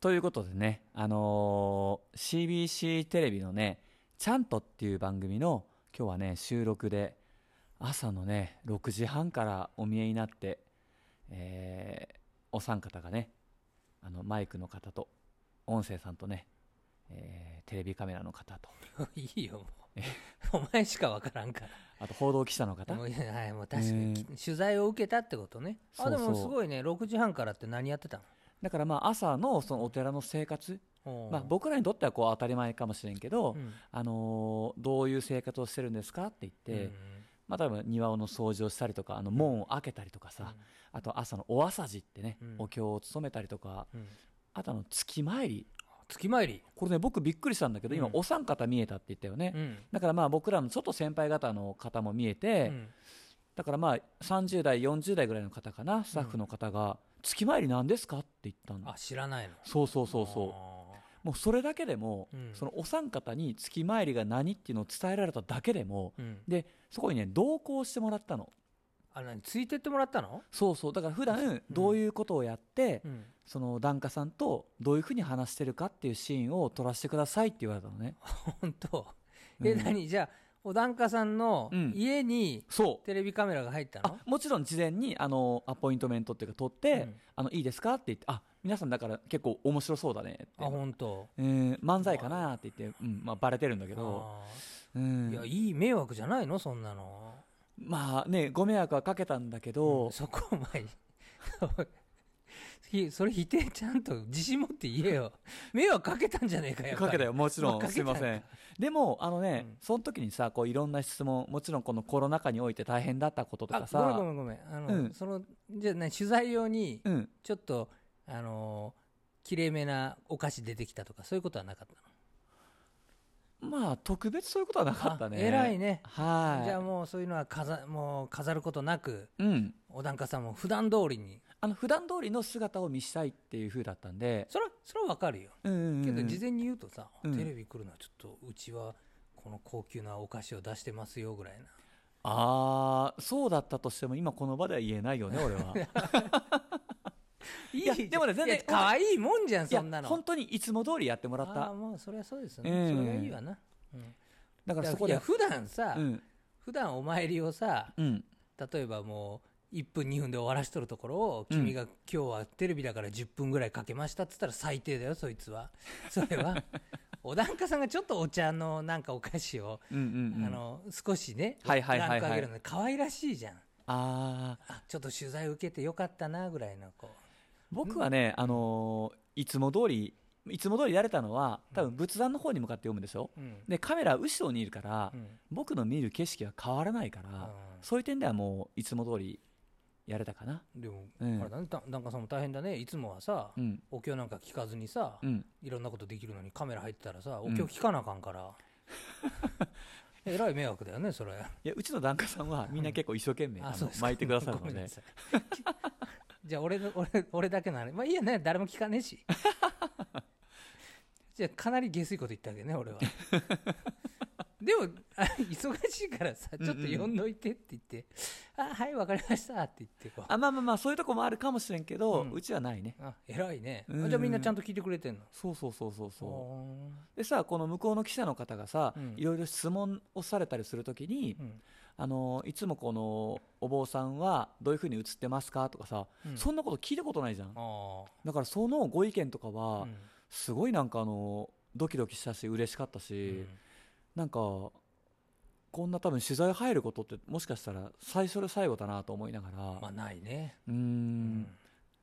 ということでね、あのー CBC テレビのね、ちゃんとっていう番組の今日はね、収録で、朝のね、6時半からお見えになって、えーお三方がね、あの、マイクの方と、音声さんとね、えーテレビカメラの方と、いいよ、もう。お前しかわからんから。あと報道記者の方 も、うはい、もう確かに、ね取材を受けたってことね。そうあ、そでうもすごいね、6時半からって何やってただからまあ朝のそのお寺の生活、のまあ、僕らにとってはこう当たり前かもしれんけど、うんあのーどういう生活をしてるんですかって言って、うんまあ、多分庭の掃除をしたりとかあの門を開けたりとかさ、あと朝のお朝事ってね、うんお経を務めたりとかうんあとあの月参り月参り。これね僕びっくりしたんだけど、今うんお三方見えたって言ったよね、うんだからまあ僕らのちょっと先輩方の方も見えて、うんだからまあ30代40代ぐらいの方かなスタッフの方が「月参りなんですか?」って言ったんあ、だ知らないの。そうそうそうそうあもうそれだけでも、うんそのお三方に月参りが何っていうのを伝えられただけでも、ー。うん。でそこにね同行してもらったのあ、何ついてってもらったのそうそうだから普段どういうことをやって、うん。 その檀家さんとどういうふうに話してるかっていうシーンを撮らせてくださいって言われたのね本当。 え、うん何じゃあ、お檀家さんのうん家にそうテレビカメラが入ったのあもちろん事前にあのアポイントメントっていうか取って、うんあのいいですかって言ってあ皆さんだから結構面白そうだねってあ、本当。えー漫才かなって言って、うんまあ、バレてるんだけど、あうーんいや、いい迷惑じゃないのそんなの。まあねご迷惑はかけたんだけど、そこお前ひ それ否定ちゃんと自信持って言 えよ迷惑かけたんじゃねえかよかけたよ、もちろかん。けたすいません。でも、あのね、うんその時にさ、こういろんな質問、もちろんこのコロナ禍において大変だったこととあかごめんごさ、めんごめんあの、うんそのじゃあね取材用にうん。ちょっと、あのーきれいめなお菓子出てきたとかそういうことはなかったのまあ、特別そういうことはなかったね。あ偉いねはい。じゃあもうそういうのは飾もう飾ることなくうん。お檀家さんも普段通りにあの、普段通りの姿を見したいっていう風だったんで、それはそれはわかるようんうん、うん。けど事前に言うとさ、うんテレビ来るのはちょっとうちはこの高級なお菓子を出してますよぐらいなああ、そうだったとしても、今この場では言えないよ ね、俺は。いいやでもね全然いや可愛いもんじゃん、いそやんな、の。本当にいつも通りやってもらっああ、た。もうそれはそうですようね。んそれはいいわな。うんだかいらやそこいやで、普段さ、うん。普段お参りをさ、うん。例えばもう、1分、2分で終わらしとるところを、君が今日はテレビだから10分ぐらいかけましたって言ったら最低だよ、そいつは。 それは。お檀家さんがちょっとお茶のなんかお菓子を、うんうんうん。あの、少しね、はいはいはいはいランク上げるので可愛らしいじゃん。ああ。あ、ちょっと取材受けてよかったな、ぐらいの、こう。僕はね、あのーいつも通り、いつも通りやれたのは、多分仏壇の方に向かって読むでしょ、うんで、カメラ後ろにいるから、うん僕の見る景色は変わらないから、うんそういう点ではもう、いつも通りやれたかな。でも、うんあれだね、だ檀家さんも大変だね、いつもはさ、うんお経なんか聞かずにさ、うんいろんなことできるのに、カメラ入ってたらさ、お経聞かなあか んから、えらい迷惑だよね、それ。いや、うちの檀家さんはみんな結構一生懸命、あのそうですか巻いてくださる ごのめんでな、さい じゃあ俺の、俺俺だけなのまあいいやね、誰も聞かね えし。じゃあ、かなり下水こと言ったわけね、俺は。 でもあ、忙しいからさ、ちょっと呼んどいてって言って、あ、はい、わかりましたって言ってこう。あまあまあまあ、そういうとこもあるかもしれんけど、ううんちはないね。あ、偉いね。うんあじゃあみんなちゃんと聞いてくれてんのそうそうそうそうそう。う。でさ、この向こうの記者の方がさ、うんいろいろ質問をされたりするときに、うんあのいつもこのお坊さんはどういうふうに映ってますかとかさ、うんそんなこと聞いたことないじゃんあだからそのご意見とかあ。は、うんすごいなんかあのドキドキしたし嬉しかったし、なんかこんな多分取材入ることってもしかしたら最初で最後だなと思いながら、まあないね。うーん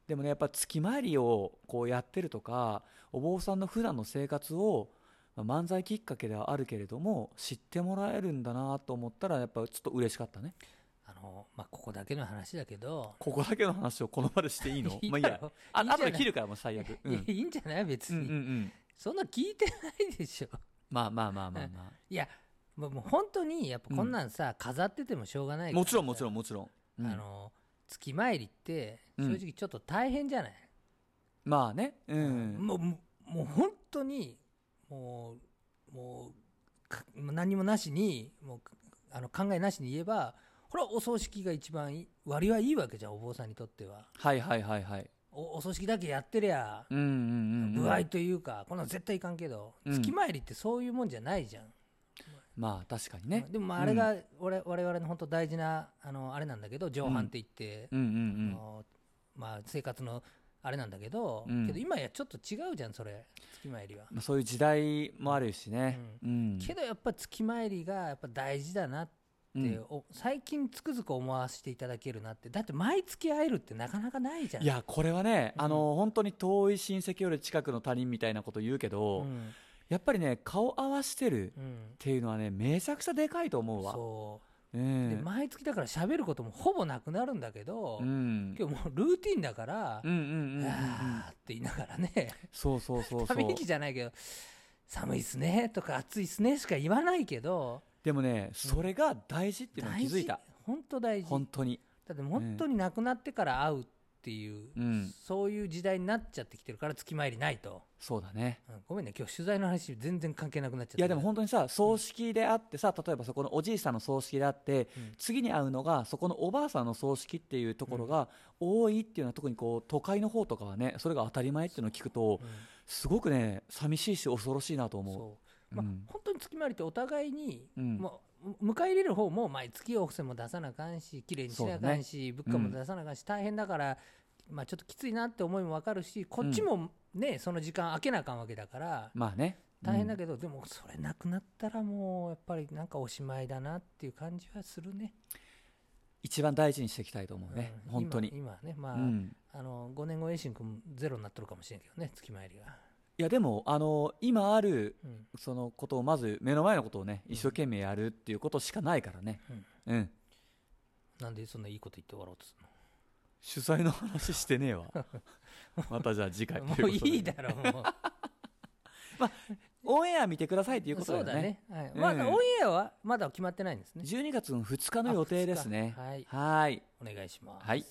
でもねやっぱ月回りをこうやってるとかお坊さんの普段の生活をまあ漫才きっかけではあるけれども知ってもらえるんだなと思ったらやっぱちょっと嬉しかったねあの、まあここだけの話だけど、ここだけの話をこの場でしていいの いいまあいいだやろ。あいいじゃない後で切るからもう最悪。うん。うん いやいいんじゃない別うんうに、ん。そんな聞いてないでしょ。まあまあまあまあまいや、もうもう本当に、やっぱこんなんさ、飾っててもしょうがなあ。いもちろんもちん。ろんもちろん。うんあの、月参りって、う正ん直ちょっと大変じゃない、まあね。うん。もうもう、もう本当に、もう、もう、か何もなしに、もう、あの考えなしに言えば、これはお葬式が一番いい割はいいわけじゃん、お坊さんにとっては。はいはいはいはい。おお葬式だけやってりゃうんうんうんうん歩合というかこんなの絶対いかんけど、うん月参りってそういうもんじゃないじゃんまあ確かにねでもまああれが俺、我々の本当大事なあのあれなんだけど上半って言って、うんうんあのまあ、生活のあれなんだけど、うんけど今やちょっと違うじゃんそれ月参りはう、んまあそういう時代もあるしねうんけどやっぱ月参りがやっぱ大事だなって、うんお最近つくづく思わせていただけるなってだって毎月会えるってなかなかないじゃんいやこれはねうんあの本当に遠い親戚より近くの他人みたいなこと言うけうんどやっぱりね顔合わしてるっうんていうのはねめちゃくちゃでかいと思うわそうう、でん毎月だから喋ることもほぼなくなるんだけど、うん今日もうルーティンだからうんうんう、んうんうんあーって言いながらねそうそうそうそためう息じゃないけど寒いっすねとか暑いっすねしか言わないけどでもねそれが大事っていうのに気大づ事いた本当大事本当にだって本当に亡くなってから会うっていう、うんそういう時代になっちゃってきてるから月参りないと、そうだねうんごめんね今日取材の話全然関係なくなっちゃったいやでも本当にさ葬式であってさ例えばそこのおじいさんの葬式であってうん次に会うのがそこのおばあさんの葬式っていうところが多いっていうのは特にこう都会の方とかはねそれが当たり前っていうのを聞くとうんすごくね寂しいし恐ろしいなと思そう、まあうん本当に月参りってお互いに、う。うん、もう迎え入れる方も毎月お布施も出さなあかんし綺麗にしなあかんし、物価も出さなあかんし大変だから、まあ、ちょっときついなって思いもわかるしこっちもね、その時間空けなあかんわけだからまあね大変だけけど、でもそれなくなったらもうやっぱりなんかおしまいだなっていう感じはするね。一番大事にしていきたいと思うね、うん本当に、今今ね、まうあん、あの5年後栄新君ゼロになってるかもしれんけどね月参りが、いやでもあの今あるうんそのことをまず目の前のことをね一生懸命やるっていうことしかないからねうん、なんでそんないいこと言って終わろうとする主催の話してねえ わまたじゃあ次回の、ともううことでいいだろもうオンエア見てください ということだそようねだね、はいうんまだオンエアはまだ決まってないんですね12月の2日の予定ですねあ二日はーいお願いしますはい